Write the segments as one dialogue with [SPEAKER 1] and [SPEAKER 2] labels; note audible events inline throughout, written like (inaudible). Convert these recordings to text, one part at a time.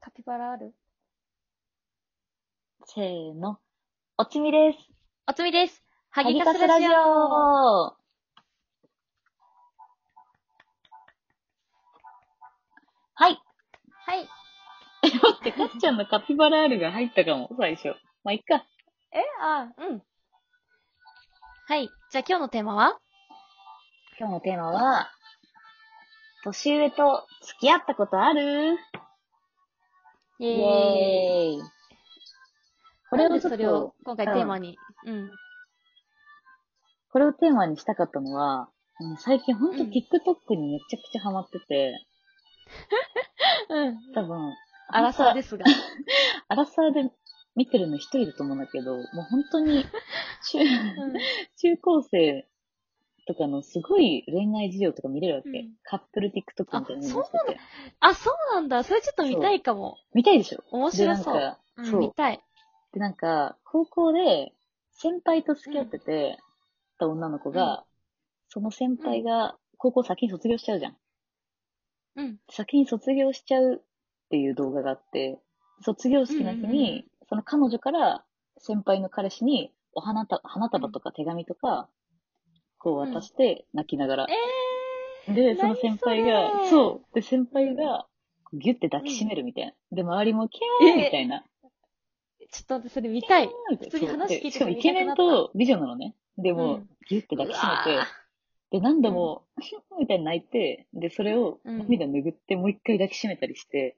[SPEAKER 1] 秋バラある
[SPEAKER 2] せーの。おつみです。
[SPEAKER 1] おつみです。ハ
[SPEAKER 2] ハ
[SPEAKER 1] ギ
[SPEAKER 2] ギ
[SPEAKER 1] カ
[SPEAKER 2] カ
[SPEAKER 1] ス
[SPEAKER 2] ス
[SPEAKER 1] ラ
[SPEAKER 2] ラ
[SPEAKER 1] ジ
[SPEAKER 2] ジ
[SPEAKER 1] オ
[SPEAKER 2] オは
[SPEAKER 1] は
[SPEAKER 2] い。
[SPEAKER 1] い。
[SPEAKER 2] 待って、かっちゃんのカピバラあるが入ったかも、最初。まあ、いっか。
[SPEAKER 1] えあ、うん。はい。じゃあ今日のテーマは
[SPEAKER 2] 今日のテーマは、年上と付き合ったことある
[SPEAKER 1] イ
[SPEAKER 2] イ
[SPEAKER 1] ェーイ。
[SPEAKER 2] ーイ。こ
[SPEAKER 1] な
[SPEAKER 2] れ
[SPEAKER 1] ん
[SPEAKER 2] を
[SPEAKER 1] で
[SPEAKER 2] ちょ
[SPEAKER 1] そ
[SPEAKER 2] っ
[SPEAKER 1] れを
[SPEAKER 2] と、
[SPEAKER 1] 今回テーマに。うん。
[SPEAKER 2] これをテーマにしたかったのは、あの最近ほんと
[SPEAKER 1] うん
[SPEAKER 2] TikTok にめちゃくちゃハマってて、
[SPEAKER 1] うん。
[SPEAKER 2] 多分、
[SPEAKER 1] あらさですが。
[SPEAKER 2] アラサーで見てるの一人だと思うんだけど、もう本当
[SPEAKER 1] (laughs)
[SPEAKER 2] に中、中高生とかのすごい恋愛事情とか見れるわけ。
[SPEAKER 1] うん
[SPEAKER 2] カップル TikTok みたいなの
[SPEAKER 1] あ
[SPEAKER 2] してて。
[SPEAKER 1] (laughs) あ、そうなんだ。それちょっと見たいかも。
[SPEAKER 2] 見たいでしょ
[SPEAKER 1] 面
[SPEAKER 2] で、
[SPEAKER 1] 白
[SPEAKER 2] なん
[SPEAKER 1] そう。
[SPEAKER 2] か、
[SPEAKER 1] うん、
[SPEAKER 2] そ
[SPEAKER 1] 見
[SPEAKER 2] う。
[SPEAKER 1] たい。
[SPEAKER 2] で、なんか、高校で先輩と付き合ってて、た女の子が、その先輩が高校先に卒業しちゃうじゃん。
[SPEAKER 1] うん。
[SPEAKER 2] 先に卒業しちゃうっていう動画があって、卒業式の日
[SPEAKER 1] うんうんうん
[SPEAKER 2] に、その彼女から先輩の彼氏にお花た花束とか手紙とか、こう渡して泣きながら
[SPEAKER 1] え。
[SPEAKER 2] で、その先輩
[SPEAKER 1] 何そ
[SPEAKER 2] が、
[SPEAKER 1] れ
[SPEAKER 2] そう。で、先輩がギュッて抱きしめるみたいな。で、周りもキャー
[SPEAKER 1] え
[SPEAKER 2] みたいな。
[SPEAKER 1] ーちょっと待って、それ見たい。普通に話聞いて
[SPEAKER 2] でしかもイ
[SPEAKER 1] 見た
[SPEAKER 2] ケ
[SPEAKER 1] くな
[SPEAKER 2] メ
[SPEAKER 1] った
[SPEAKER 2] ンと美女なのね。でも、
[SPEAKER 1] うん
[SPEAKER 2] ギュッて抱きし
[SPEAKER 1] う
[SPEAKER 2] め
[SPEAKER 1] わ
[SPEAKER 2] て、で、何度も、 (laughs) みたいに泣いて、で、それを
[SPEAKER 1] うん
[SPEAKER 2] 涙拭って、もう一回抱きしめたりして、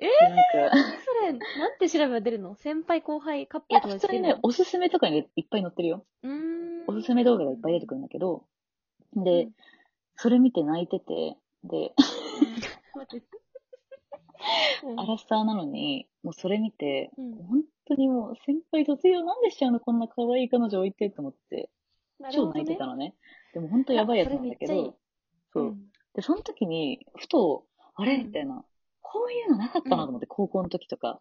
[SPEAKER 1] え
[SPEAKER 2] でなんか、
[SPEAKER 1] それ、なんて調べば出るの先輩後輩カップ
[SPEAKER 2] いや、
[SPEAKER 1] ルとかで
[SPEAKER 2] 普
[SPEAKER 1] 出
[SPEAKER 2] 通
[SPEAKER 1] て
[SPEAKER 2] に
[SPEAKER 1] る
[SPEAKER 2] ね
[SPEAKER 1] の、
[SPEAKER 2] おすすめとかにいっぱい載ってるよ。
[SPEAKER 1] うーん。
[SPEAKER 2] おすすめ動画がいっぱい出てくるんだけど、
[SPEAKER 1] うん
[SPEAKER 2] で、それ見て泣いてて、で、
[SPEAKER 1] (laughs) 待って。 (laughs) うん
[SPEAKER 2] アラスターなのに、もうそれ見て、
[SPEAKER 1] うん
[SPEAKER 2] 本当にもう先輩卒業なんでしちゃうのこんな可愛い彼女置いてと思って、
[SPEAKER 1] なるほ
[SPEAKER 2] 超
[SPEAKER 1] ど
[SPEAKER 2] 泣いて
[SPEAKER 1] ね
[SPEAKER 2] たのね。でも本当やばいやつなんだけ
[SPEAKER 1] あそれめっちゃいい
[SPEAKER 2] ど、そう。で、その時に、ふと、あれ
[SPEAKER 1] うん
[SPEAKER 2] みたいな、こういうのなかったなと思って、高校の時とか。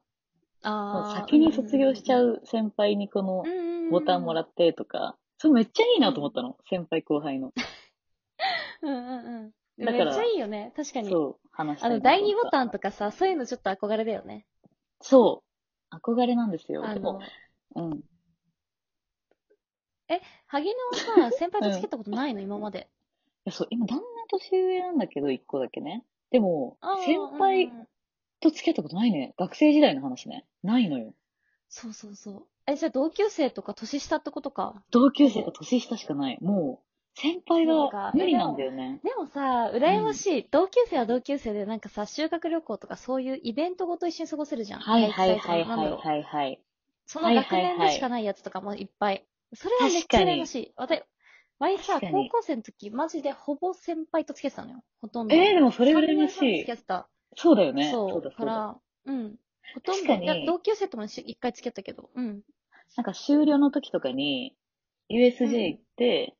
[SPEAKER 1] あー
[SPEAKER 2] 先に卒業しちゃう先輩にこの
[SPEAKER 1] うんうんうんうん
[SPEAKER 2] ボタンもらってとか、それめっちゃいいなと思ったの。先輩後輩の。
[SPEAKER 1] うんうんうん。
[SPEAKER 2] だ
[SPEAKER 1] め
[SPEAKER 2] か
[SPEAKER 1] っ
[SPEAKER 2] ら
[SPEAKER 1] ちゃいいよね。確かに。
[SPEAKER 2] そう、話した
[SPEAKER 1] あ
[SPEAKER 2] い
[SPEAKER 1] の、
[SPEAKER 2] なと思った
[SPEAKER 1] 第二ボタンとかさ、そういうのちょっと憧れだよね。
[SPEAKER 2] そう。憧れなんですよ。
[SPEAKER 1] あ
[SPEAKER 2] で
[SPEAKER 1] の
[SPEAKER 2] も、、うん。
[SPEAKER 1] ハゲ
[SPEAKER 2] (laughs)
[SPEAKER 1] のさ、先輩と付き合ったことないの、今まで。
[SPEAKER 2] いやそう、今、旦那年上なんだけど、一個だけね。でも
[SPEAKER 1] あー、
[SPEAKER 2] 先輩
[SPEAKER 1] うんうん
[SPEAKER 2] と付き合ったことないね。学生時代の話ね。ないのよ。
[SPEAKER 1] そうそうそう。え、じゃあ同級生とか年下ってことか。
[SPEAKER 2] 同級生が年下しかない。もう、先輩
[SPEAKER 1] そうか
[SPEAKER 2] が無理なんだよね。
[SPEAKER 1] でもさ、羨ましい。同級生は同級生で、なんかさ、修学旅行とかそういうイベントごと一緒に過ごせるじゃん。
[SPEAKER 2] はいはいは
[SPEAKER 1] 体
[SPEAKER 2] い
[SPEAKER 1] 育祭とかな
[SPEAKER 2] は
[SPEAKER 1] んだ
[SPEAKER 2] い
[SPEAKER 1] ろう
[SPEAKER 2] はいはい。
[SPEAKER 1] その学年でしかないやつとかもいっぱい。それはめっちゃ羨ましい。私、わいさ、
[SPEAKER 2] 確か
[SPEAKER 1] 高
[SPEAKER 2] に
[SPEAKER 1] 校生の時、マジでほぼ先輩と付き合ってたのよ。ほとんど。
[SPEAKER 2] えー、でもそれ
[SPEAKER 1] 3
[SPEAKER 2] 羨ま
[SPEAKER 1] 年半
[SPEAKER 2] し
[SPEAKER 1] 付
[SPEAKER 2] い
[SPEAKER 1] き合。ってた。
[SPEAKER 2] そうだよね。
[SPEAKER 1] そう。
[SPEAKER 2] だ
[SPEAKER 1] か
[SPEAKER 2] そうだ。
[SPEAKER 1] ら、うん。ほとん
[SPEAKER 2] 確
[SPEAKER 1] ど、
[SPEAKER 2] か
[SPEAKER 1] い
[SPEAKER 2] に
[SPEAKER 1] や同級生とも一緒一回付き合ったけど。
[SPEAKER 2] (laughs)
[SPEAKER 1] うん。
[SPEAKER 2] なんか修了の時とかに、USJ 行って、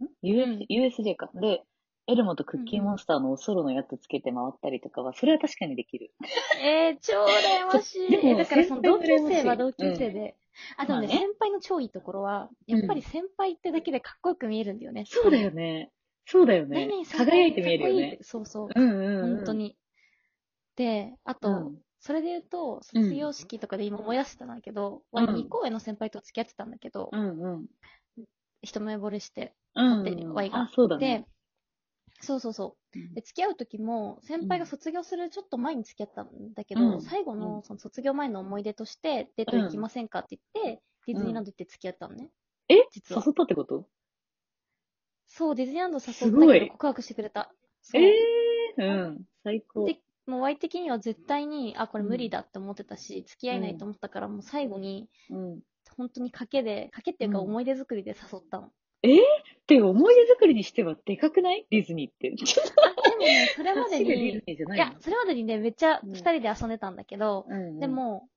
[SPEAKER 2] ん U-
[SPEAKER 1] うん
[SPEAKER 2] USJ か。で、エルモとクッキーモンスターのおソロのやつつけて回ったりとかは、それは確かにできる。
[SPEAKER 1] えー、超羨ましい。
[SPEAKER 2] でも
[SPEAKER 1] えだからその同級生
[SPEAKER 2] 先輩
[SPEAKER 1] は
[SPEAKER 2] は
[SPEAKER 1] 同
[SPEAKER 2] 羨ましい
[SPEAKER 1] 級生で。あ、でもね、
[SPEAKER 2] まあね
[SPEAKER 1] 先輩の超いいところは、やっぱり先輩ってだけでかっこよく見えるんだよね。
[SPEAKER 2] そうだよね。そうだよ
[SPEAKER 1] 何
[SPEAKER 2] ね
[SPEAKER 1] 々。先輩。
[SPEAKER 2] 輝いて見える
[SPEAKER 1] か
[SPEAKER 2] よ
[SPEAKER 1] っこいいっ
[SPEAKER 2] ね
[SPEAKER 1] て。そうそう。
[SPEAKER 2] うんうんうん。
[SPEAKER 1] 本当。に。で、あと、
[SPEAKER 2] うん。
[SPEAKER 1] それで言うと、
[SPEAKER 2] うん
[SPEAKER 1] 卒業式とかで今燃やしてたんだけど、
[SPEAKER 2] うん
[SPEAKER 1] 割に2校への先輩と付き合ってたんだけど、
[SPEAKER 2] うんうん。
[SPEAKER 1] 一目惚れして。
[SPEAKER 2] うん
[SPEAKER 1] 手にワインが
[SPEAKER 2] あ、そうだ
[SPEAKER 1] で
[SPEAKER 2] ね。、
[SPEAKER 1] そうそうそうう。
[SPEAKER 2] ん
[SPEAKER 1] で、付き合う時も、先輩が卒業するちょっと前に付き合ったんだけど、
[SPEAKER 2] うん
[SPEAKER 1] 最後
[SPEAKER 2] う
[SPEAKER 1] の
[SPEAKER 2] ん
[SPEAKER 1] その卒業前の思い出として、デート行きませんかって言って、ディズニーランド行って付き合ったのね。
[SPEAKER 2] え
[SPEAKER 1] 実
[SPEAKER 2] 誘
[SPEAKER 1] は。
[SPEAKER 2] ったってこと
[SPEAKER 1] そう、ディズニーランド誘
[SPEAKER 2] す
[SPEAKER 1] った
[SPEAKER 2] ご
[SPEAKER 1] けど
[SPEAKER 2] い
[SPEAKER 1] 告白してくれた。そ
[SPEAKER 2] え
[SPEAKER 1] う
[SPEAKER 2] えうん。最高。
[SPEAKER 1] で、もう Y 的には絶対に、あ、これ無理だって思ってたし、付き合えないと思ったから、もう最後に、
[SPEAKER 2] うん。
[SPEAKER 1] 本当に賭けで、賭けっていうか
[SPEAKER 2] うん
[SPEAKER 1] 思い出作りで誘ったの。
[SPEAKER 2] で、思い出作りにしてはでかくないディズニ
[SPEAKER 1] (laughs)
[SPEAKER 2] ーって。
[SPEAKER 1] でもね、それまで
[SPEAKER 2] 走るディズ
[SPEAKER 1] に、
[SPEAKER 2] ニーじゃないいの
[SPEAKER 1] や、それまでにね、めっちゃ
[SPEAKER 2] うん
[SPEAKER 1] 二人で遊んでたんだけど、
[SPEAKER 2] うんうん
[SPEAKER 1] で、も、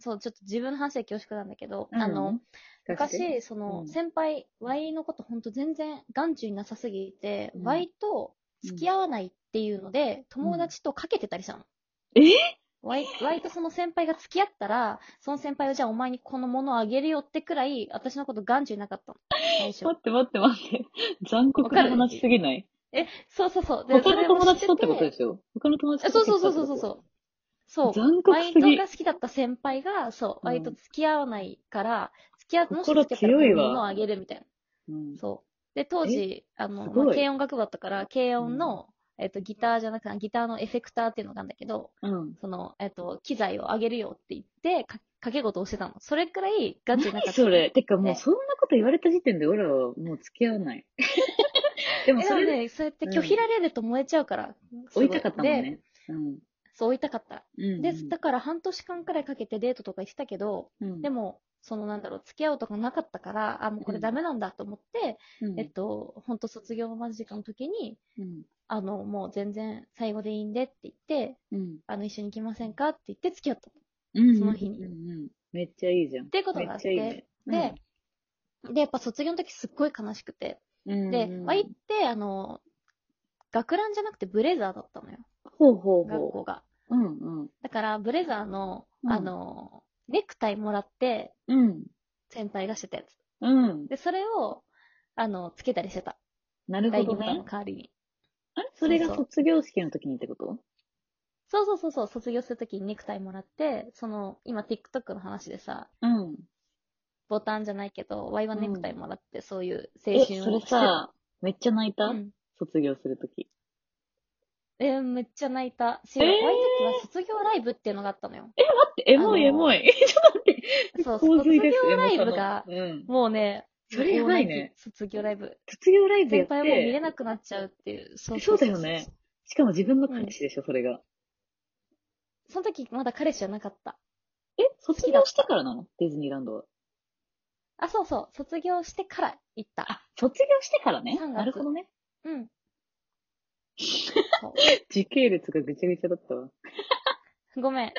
[SPEAKER 1] そう、ちょっと自分の話で恐縮なんだけど、
[SPEAKER 2] うん
[SPEAKER 1] あの、、
[SPEAKER 2] 聞かせて、
[SPEAKER 1] 昔、その、
[SPEAKER 2] うん
[SPEAKER 1] 先輩、Y のことほんと全然眼中になさすぎて、
[SPEAKER 2] うん
[SPEAKER 1] Y と付き合わないっていうので、友達とかけてたりしたの。
[SPEAKER 2] え
[SPEAKER 1] Y, ?Y とその先輩が付き合ったら、その先輩をじゃあお前にこのものをあげるよってくらい、私のこと眼中になかったの。最初
[SPEAKER 2] 待って待って待って。残酷な話すぎない
[SPEAKER 1] え、そうそうそう。で
[SPEAKER 2] 他の友達とってことで
[SPEAKER 1] それも知てて
[SPEAKER 2] しょ他の友達
[SPEAKER 1] え
[SPEAKER 2] と
[SPEAKER 1] そう
[SPEAKER 2] って
[SPEAKER 1] そう
[SPEAKER 2] こと
[SPEAKER 1] そうそうそうそう。そう。
[SPEAKER 2] 残
[SPEAKER 1] バ
[SPEAKER 2] 酷
[SPEAKER 1] イ
[SPEAKER 2] す
[SPEAKER 1] ト
[SPEAKER 2] ぎ
[SPEAKER 1] が。好きだった先輩が、そう、
[SPEAKER 2] うん
[SPEAKER 1] バイト付き合わないから、付き合う、もし
[SPEAKER 2] 心
[SPEAKER 1] 付き合った
[SPEAKER 2] 強い
[SPEAKER 1] ら
[SPEAKER 2] わ
[SPEAKER 1] 物をあげるみたい
[SPEAKER 2] うん
[SPEAKER 1] な。そう。で、当時、あ
[SPEAKER 2] す
[SPEAKER 1] の、
[SPEAKER 2] ごい
[SPEAKER 1] まあ、軽音楽部だったから、軽音の、えっと、ギターじゃなくて、ギターのエフェクターっていうのがあるんだけど、
[SPEAKER 2] うん。
[SPEAKER 1] その、えっと、機材をあげるよって言って、か、掛け事をしてたの。それくらいガチなかっ
[SPEAKER 2] 何
[SPEAKER 1] た。
[SPEAKER 2] それ。てかもう
[SPEAKER 1] ね
[SPEAKER 2] そんなこと言われた時点で俺らはもう付き合わない。で
[SPEAKER 1] (laughs)
[SPEAKER 2] も
[SPEAKER 1] え、
[SPEAKER 2] そ
[SPEAKER 1] でも
[SPEAKER 2] れで
[SPEAKER 1] ね、そうやって拒否られると燃えちゃうから。すご
[SPEAKER 2] 追いたかったもん
[SPEAKER 1] で
[SPEAKER 2] ね。うん。
[SPEAKER 1] そう、追いたかった。
[SPEAKER 2] うん
[SPEAKER 1] で、だから半年間くらいかけてデートとか行ってたけど、
[SPEAKER 2] うん、
[SPEAKER 1] でも、そのなんだろう、付き合うとかなかったから、あ、もうこれダメなんだと思って、
[SPEAKER 2] うん、
[SPEAKER 1] えっと、本当卒業間近の時に、
[SPEAKER 2] うん、
[SPEAKER 1] あの、もう全然最後でいいんでって言って、
[SPEAKER 2] うん、
[SPEAKER 1] あの、一緒に行きませんかって言って付き合った。
[SPEAKER 2] うん、
[SPEAKER 1] その日に
[SPEAKER 2] うんうん。めっちゃいいじゃん。
[SPEAKER 1] ていうことがあって
[SPEAKER 2] めちゃいいね
[SPEAKER 1] で、で、やっぱ卒業の時すっごい悲しくて。
[SPEAKER 2] うん
[SPEAKER 1] で、
[SPEAKER 2] うん
[SPEAKER 1] ワイって、あの、学ランじゃなくてブレザーだったのよ、
[SPEAKER 2] ほうほう
[SPEAKER 1] 学
[SPEAKER 2] ほ
[SPEAKER 1] 校が。
[SPEAKER 2] う。うんうん。
[SPEAKER 1] だから、ブレザーの、
[SPEAKER 2] うん
[SPEAKER 1] あの、ネクタイもらって、
[SPEAKER 2] うん。
[SPEAKER 1] 先輩がしてたやつ。
[SPEAKER 2] うん。
[SPEAKER 1] で、それを、あの、つけたりしてた。
[SPEAKER 2] なる
[SPEAKER 1] ラ
[SPEAKER 2] ほ
[SPEAKER 1] イギ
[SPEAKER 2] ど
[SPEAKER 1] ンさん
[SPEAKER 2] ね
[SPEAKER 1] の。代わりに。
[SPEAKER 2] あれそれ
[SPEAKER 1] そ
[SPEAKER 2] が
[SPEAKER 1] うそう
[SPEAKER 2] 卒業式の時にってこと
[SPEAKER 1] そうそうそうそう、卒業するときにネクタイもらって、その、今 TikTok の話でさ、
[SPEAKER 2] うん。
[SPEAKER 1] ボタンじゃないけど、ワイはネクタイもらって、そういう青春を
[SPEAKER 2] え、
[SPEAKER 1] して
[SPEAKER 2] それさ、めっちゃ泣いた、
[SPEAKER 1] うん、
[SPEAKER 2] 卒業するとき。
[SPEAKER 1] えーめっちゃ泣いたし、
[SPEAKER 2] えー
[SPEAKER 1] ワイの時は卒業ライブっていうのがあったのよ。
[SPEAKER 2] え、待って、エモ
[SPEAKER 1] あの
[SPEAKER 2] い
[SPEAKER 1] ー
[SPEAKER 2] エモい。ちょっと待って。
[SPEAKER 1] そう、
[SPEAKER 2] 洪
[SPEAKER 1] 卒
[SPEAKER 2] 水です
[SPEAKER 1] 業ライブ
[SPEAKER 2] エモさ
[SPEAKER 1] が、
[SPEAKER 2] のうん。
[SPEAKER 1] もうね、
[SPEAKER 2] それやばいね。
[SPEAKER 1] 卒業ライブ。
[SPEAKER 2] 卒業ライブや
[SPEAKER 1] 先
[SPEAKER 2] って。
[SPEAKER 1] 輩もう見れなくなっちゃうっていう。そ
[SPEAKER 2] そうだよね。しかも自分の彼氏でしょ、それが。
[SPEAKER 1] その時まだ彼氏じゃなかった。
[SPEAKER 2] え、卒業してからなのディズニーランドは。
[SPEAKER 1] あ、そうそう、卒業してから行った。
[SPEAKER 2] あ、卒業してからね。
[SPEAKER 1] 3月
[SPEAKER 2] なるほどね。
[SPEAKER 1] うん。そう
[SPEAKER 2] 時系列がぐちゃぐちゃだったわ。
[SPEAKER 1] ごめん。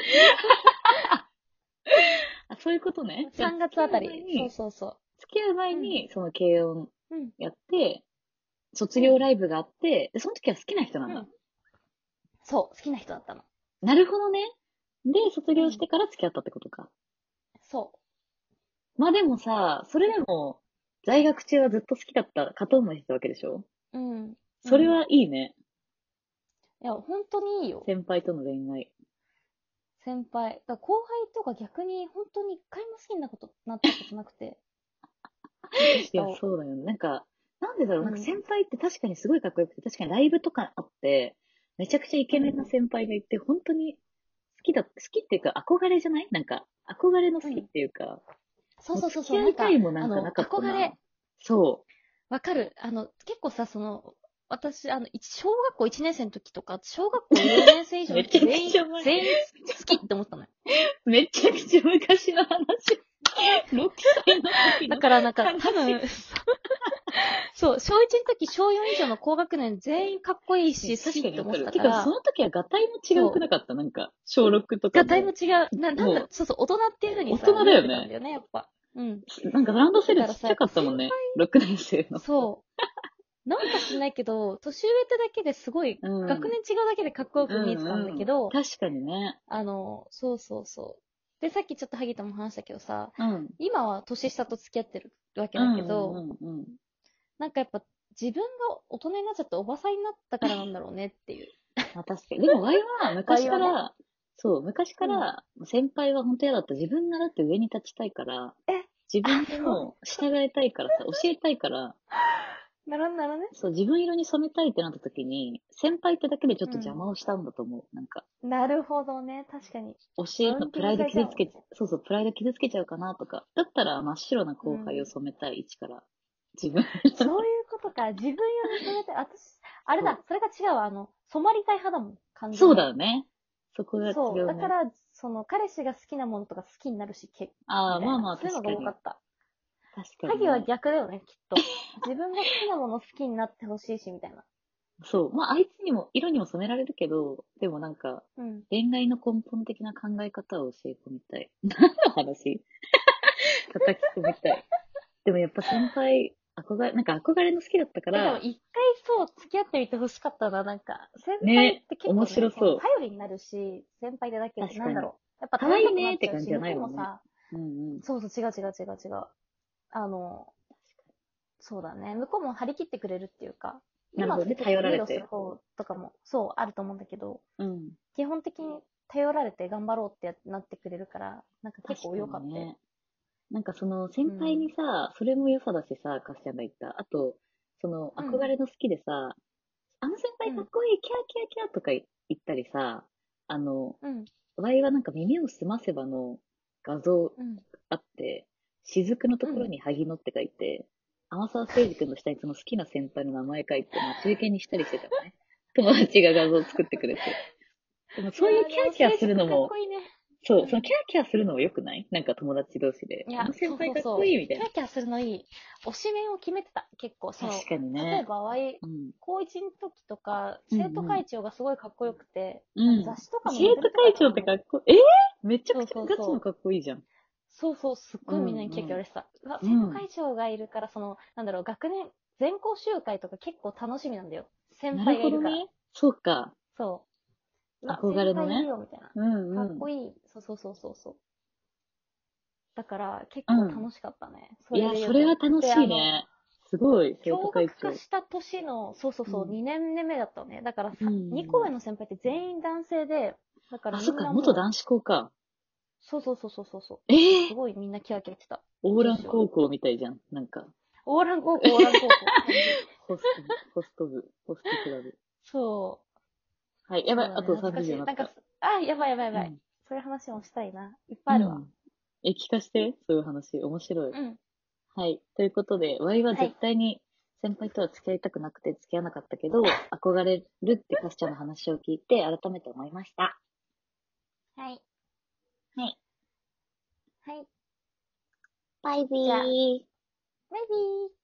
[SPEAKER 2] あ、そういうことね。
[SPEAKER 1] 3月あたり
[SPEAKER 2] 付き合う
[SPEAKER 1] そ
[SPEAKER 2] 前。に
[SPEAKER 1] うそうそ
[SPEAKER 2] 付き合う前に、その軽音
[SPEAKER 1] う。うん。
[SPEAKER 2] やって、卒業ライブがあって、でその時は好きな人なんだ。
[SPEAKER 1] うんそう、好きな人だったの。
[SPEAKER 2] なるほどね。で、卒業してから付き合ったってことか。
[SPEAKER 1] そ
[SPEAKER 2] まあでもさ、それでも、在学中はずっと好きだった、片思いしてたわけでしょ
[SPEAKER 1] う。うん。
[SPEAKER 2] それはいいね。
[SPEAKER 1] いや、本当にいいよ。
[SPEAKER 2] 先輩との恋愛。
[SPEAKER 1] 先輩。だから後輩とか逆に本当に一回も好きなことなったことなくて。
[SPEAKER 2] (laughs) いや、そうだよね。なんか、なんでだろう、なんか
[SPEAKER 1] うん
[SPEAKER 2] 先輩って確かにすごいかっこよくて、確かにライブとかあって、めちゃくちゃイケメンな先輩がいて、本当に好きだ、好きっていうか憧れじゃないなんか、憧れの好きっていうか、
[SPEAKER 1] そうそうそうそ
[SPEAKER 2] 付き
[SPEAKER 1] う。
[SPEAKER 2] 合いたいもなん
[SPEAKER 1] あ
[SPEAKER 2] か
[SPEAKER 1] の
[SPEAKER 2] なかったな。
[SPEAKER 1] 憧れ。
[SPEAKER 2] そ
[SPEAKER 1] わかる。あの、結構さ、その、私、あの、い小学校1年生の時とか、小学校4年生以上の時
[SPEAKER 2] (laughs) め
[SPEAKER 1] 全
[SPEAKER 2] っ
[SPEAKER 1] 員
[SPEAKER 2] ちゃ前、
[SPEAKER 1] 全員好きって思
[SPEAKER 2] (laughs)
[SPEAKER 1] ったのよ。
[SPEAKER 2] う。めちゃくちゃ昔の話。6歳の時
[SPEAKER 1] だ
[SPEAKER 2] の。
[SPEAKER 1] からなんか、
[SPEAKER 2] 悲しい
[SPEAKER 1] 多分、そう、小1の時、小4以上の高学年全員かっこいいし、好き
[SPEAKER 2] 確か
[SPEAKER 1] って
[SPEAKER 2] に
[SPEAKER 1] 思
[SPEAKER 2] わ
[SPEAKER 1] っ
[SPEAKER 2] か
[SPEAKER 1] て
[SPEAKER 2] る。
[SPEAKER 1] た
[SPEAKER 2] て
[SPEAKER 1] か
[SPEAKER 2] か、
[SPEAKER 1] ら
[SPEAKER 2] そ。の時はガタイも違うくなかったなんか、小6とか。
[SPEAKER 1] がだいぶ。違う。な、なん
[SPEAKER 2] も
[SPEAKER 1] だ、そうそう、大人っていうふうにさ、
[SPEAKER 2] 大人だよね
[SPEAKER 1] 思ってたんだよね、やっぱ。うん。
[SPEAKER 2] なんかランドセルちっちゃかったもんね。6年生の。 (laughs)
[SPEAKER 1] そう。なんかしないけど、年上ってだけですごい、
[SPEAKER 2] うん
[SPEAKER 1] 学年違うだけでかっこよく見えてたんだけど、
[SPEAKER 2] うう確かにね。
[SPEAKER 1] あの、そうそうそう。で、さっきちょっと萩田も話したけどさ、
[SPEAKER 2] うん。
[SPEAKER 1] 今は年下と付き合ってるわけだけど、
[SPEAKER 2] うんうんうん
[SPEAKER 1] なんかやっぱ自分が大人になっちゃっておばさんになったからなんだろうねっていう。
[SPEAKER 2] まあ、確かに。でも、ワイは昔か
[SPEAKER 1] Y は
[SPEAKER 2] ら、そう、昔から、先輩は本当嫌だった。自分がだって上に立ちたいから、
[SPEAKER 1] え
[SPEAKER 2] 自分の従えたいからさ、教えたいから、
[SPEAKER 1] ならんならね。
[SPEAKER 2] そう、自分色に染めたいってなった時に、先輩ってだけでちょっと邪魔をしたんだと思う。なんか、
[SPEAKER 1] なるほどね、確かに。
[SPEAKER 2] 教えのプライド傷つ
[SPEAKER 1] マウンテンされ
[SPEAKER 2] け
[SPEAKER 1] たの、
[SPEAKER 2] そうそう、プライド傷つけちゃうかなとか。だったら真っ白な後輩を染めたい、一から。自分。
[SPEAKER 1] そういうことか。自分より染めたい。私、あれだ、それが違うわ。あの、染まりたい派だもん。完全に
[SPEAKER 2] (laughs) そうだよね。そこが違
[SPEAKER 1] そう。
[SPEAKER 2] う、ね。
[SPEAKER 1] だから、その、彼氏が好きなものとか好きになるし、結
[SPEAKER 2] ああ、
[SPEAKER 1] みたい
[SPEAKER 2] ま
[SPEAKER 1] な
[SPEAKER 2] あまあ、
[SPEAKER 1] そういうの
[SPEAKER 2] 確か
[SPEAKER 1] が
[SPEAKER 2] に
[SPEAKER 1] 多。かった。
[SPEAKER 2] 確かに。
[SPEAKER 1] 鍵は逆だよね、きっと。自分が好きなもの好きになってほしいし、みたいな。
[SPEAKER 2] そう。まあ、あいつにも、色にも染められるけど、でもなんか、
[SPEAKER 1] うん。
[SPEAKER 2] 恋愛の根本的な考え方を教え込みたい。何の話叩き込みたい。でもやっぱ先輩、憧れ、なんか憧れの好きだったか
[SPEAKER 1] でも
[SPEAKER 2] ら、
[SPEAKER 1] 一回そう、付き合ってみてほしかったな、なんか。先輩
[SPEAKER 2] ね
[SPEAKER 1] って結構、ね、
[SPEAKER 2] 面白そう
[SPEAKER 1] の頼りになるし、先輩でだけど、
[SPEAKER 2] 確
[SPEAKER 1] な
[SPEAKER 2] かに
[SPEAKER 1] んだろう。やっぱ
[SPEAKER 2] 可愛いねって感じじゃない
[SPEAKER 1] も
[SPEAKER 2] も
[SPEAKER 1] ん
[SPEAKER 2] ん
[SPEAKER 1] ね
[SPEAKER 2] ね。
[SPEAKER 1] さ
[SPEAKER 2] うんうん。
[SPEAKER 1] そうそう、違う違う違う違う。あの、そうだね。向こうも張り切ってくれるっていうか、
[SPEAKER 2] なるほどね
[SPEAKER 1] 今は結構
[SPEAKER 2] 頼られて
[SPEAKER 1] リードする方とかも、そう、あると思うんだけど、
[SPEAKER 2] うん。
[SPEAKER 1] 基本的に頼られて頑張ろうってなってくれるから、なんか結構良かったよ。
[SPEAKER 2] ね。なんかその先輩にさ、それも良さだしさ、かすちゃんが言った。あと、その
[SPEAKER 1] うん
[SPEAKER 2] 憧れの好きでさ、あの先輩かっこいい、キャーキャーキャーとか言ったりさ、あの、
[SPEAKER 1] うん、
[SPEAKER 2] ワイはなんか耳を澄ませばの画像
[SPEAKER 1] うん。
[SPEAKER 2] あって、雫のところに萩野って書いて、天沢誠二君の下にその好きな先輩の名前書いて、待ち受けにしたりしてた
[SPEAKER 1] (laughs)
[SPEAKER 2] のね。友達が画像作ってくれて。でもそういうキャーキャーするの
[SPEAKER 1] いやで
[SPEAKER 2] も
[SPEAKER 1] かっこ、いいね。
[SPEAKER 2] そう、そのキャーキャーするのも良くないなんか友達同士で。
[SPEAKER 1] いや
[SPEAKER 2] あの先輩
[SPEAKER 1] そう
[SPEAKER 2] かっ
[SPEAKER 1] そうそう
[SPEAKER 2] こいいみたいな。
[SPEAKER 1] キャーキャーするのいい。推し面を決めてた、結構。その
[SPEAKER 2] 確かに
[SPEAKER 1] 例え
[SPEAKER 2] ね。
[SPEAKER 1] ば、わい、
[SPEAKER 2] うん。
[SPEAKER 1] 高一の時とか、
[SPEAKER 2] うんうん
[SPEAKER 1] 生徒会長がすごいかっこよくて、
[SPEAKER 2] うん。
[SPEAKER 1] 雑誌とかも
[SPEAKER 2] 生徒会長ってか
[SPEAKER 1] っ
[SPEAKER 2] っこ、えー、めちゃくち
[SPEAKER 1] そ
[SPEAKER 2] ゃ
[SPEAKER 1] うそう
[SPEAKER 2] ガ
[SPEAKER 1] そう
[SPEAKER 2] チのかっこいいじゃん。
[SPEAKER 1] そうそう、すっごいみんなにキャッキャ言われてた。うわ、
[SPEAKER 2] うん
[SPEAKER 1] 生徒会長がいるから、その、なんだろう、学年、全校集会とか結構楽しみなんだよ。先
[SPEAKER 2] な
[SPEAKER 1] 輩
[SPEAKER 2] る
[SPEAKER 1] が
[SPEAKER 2] ほ
[SPEAKER 1] いるから。
[SPEAKER 2] どね。そうか。
[SPEAKER 1] そう。うわ
[SPEAKER 2] 憧れの
[SPEAKER 1] 先
[SPEAKER 2] ね
[SPEAKER 1] 輩いるよ、みたいな。
[SPEAKER 2] うん
[SPEAKER 1] か
[SPEAKER 2] う
[SPEAKER 1] っ
[SPEAKER 2] ん。
[SPEAKER 1] こいい。そうそうそうそうそう。だから、結構楽しかったね。
[SPEAKER 2] いや、それは楽しいね。すごい、生
[SPEAKER 1] 共
[SPEAKER 2] 徒会
[SPEAKER 1] 学
[SPEAKER 2] 長
[SPEAKER 1] 化。した年の、そうそうそう、
[SPEAKER 2] うん
[SPEAKER 1] 2年目だったのね。だからさ、
[SPEAKER 2] うん
[SPEAKER 1] 2個上の先輩って全員男性で、だから
[SPEAKER 2] あ、
[SPEAKER 1] みん
[SPEAKER 2] そ
[SPEAKER 1] な
[SPEAKER 2] っか、
[SPEAKER 1] もう
[SPEAKER 2] 元男子校か。
[SPEAKER 1] そうそうそうそうそうそ
[SPEAKER 2] え
[SPEAKER 1] う。す
[SPEAKER 2] ー、
[SPEAKER 1] ごいみんなキャーキャー言ってた。
[SPEAKER 2] オーラン高校みたいじゃん。なんか、
[SPEAKER 1] オーラン高校、オーラン高校。
[SPEAKER 2] ホスト、ホスト部、ホストクラブ。
[SPEAKER 1] そ
[SPEAKER 2] はい、
[SPEAKER 1] う。
[SPEAKER 2] やばい、あと
[SPEAKER 1] 懐か
[SPEAKER 2] 30
[SPEAKER 1] しい
[SPEAKER 2] 秒にな
[SPEAKER 1] な
[SPEAKER 2] っ
[SPEAKER 1] んか
[SPEAKER 2] た。、
[SPEAKER 1] あ、やばいやばいやばい。
[SPEAKER 2] うん
[SPEAKER 1] そういう話もしたいな。いっぱいあるわ。
[SPEAKER 2] うんえ、聞かして、そういう話。面白い。
[SPEAKER 1] うん。
[SPEAKER 2] はい。ということで、ワイは絶対に先輩とは付き合いたくなくて付き合わなかったけど、憧れるってカスちゃんの話を聞いて改めて思いました。
[SPEAKER 1] はい。
[SPEAKER 2] はい。
[SPEAKER 1] はい。
[SPEAKER 2] バイビ
[SPEAKER 1] じゃあ
[SPEAKER 2] ー。
[SPEAKER 1] バイビー。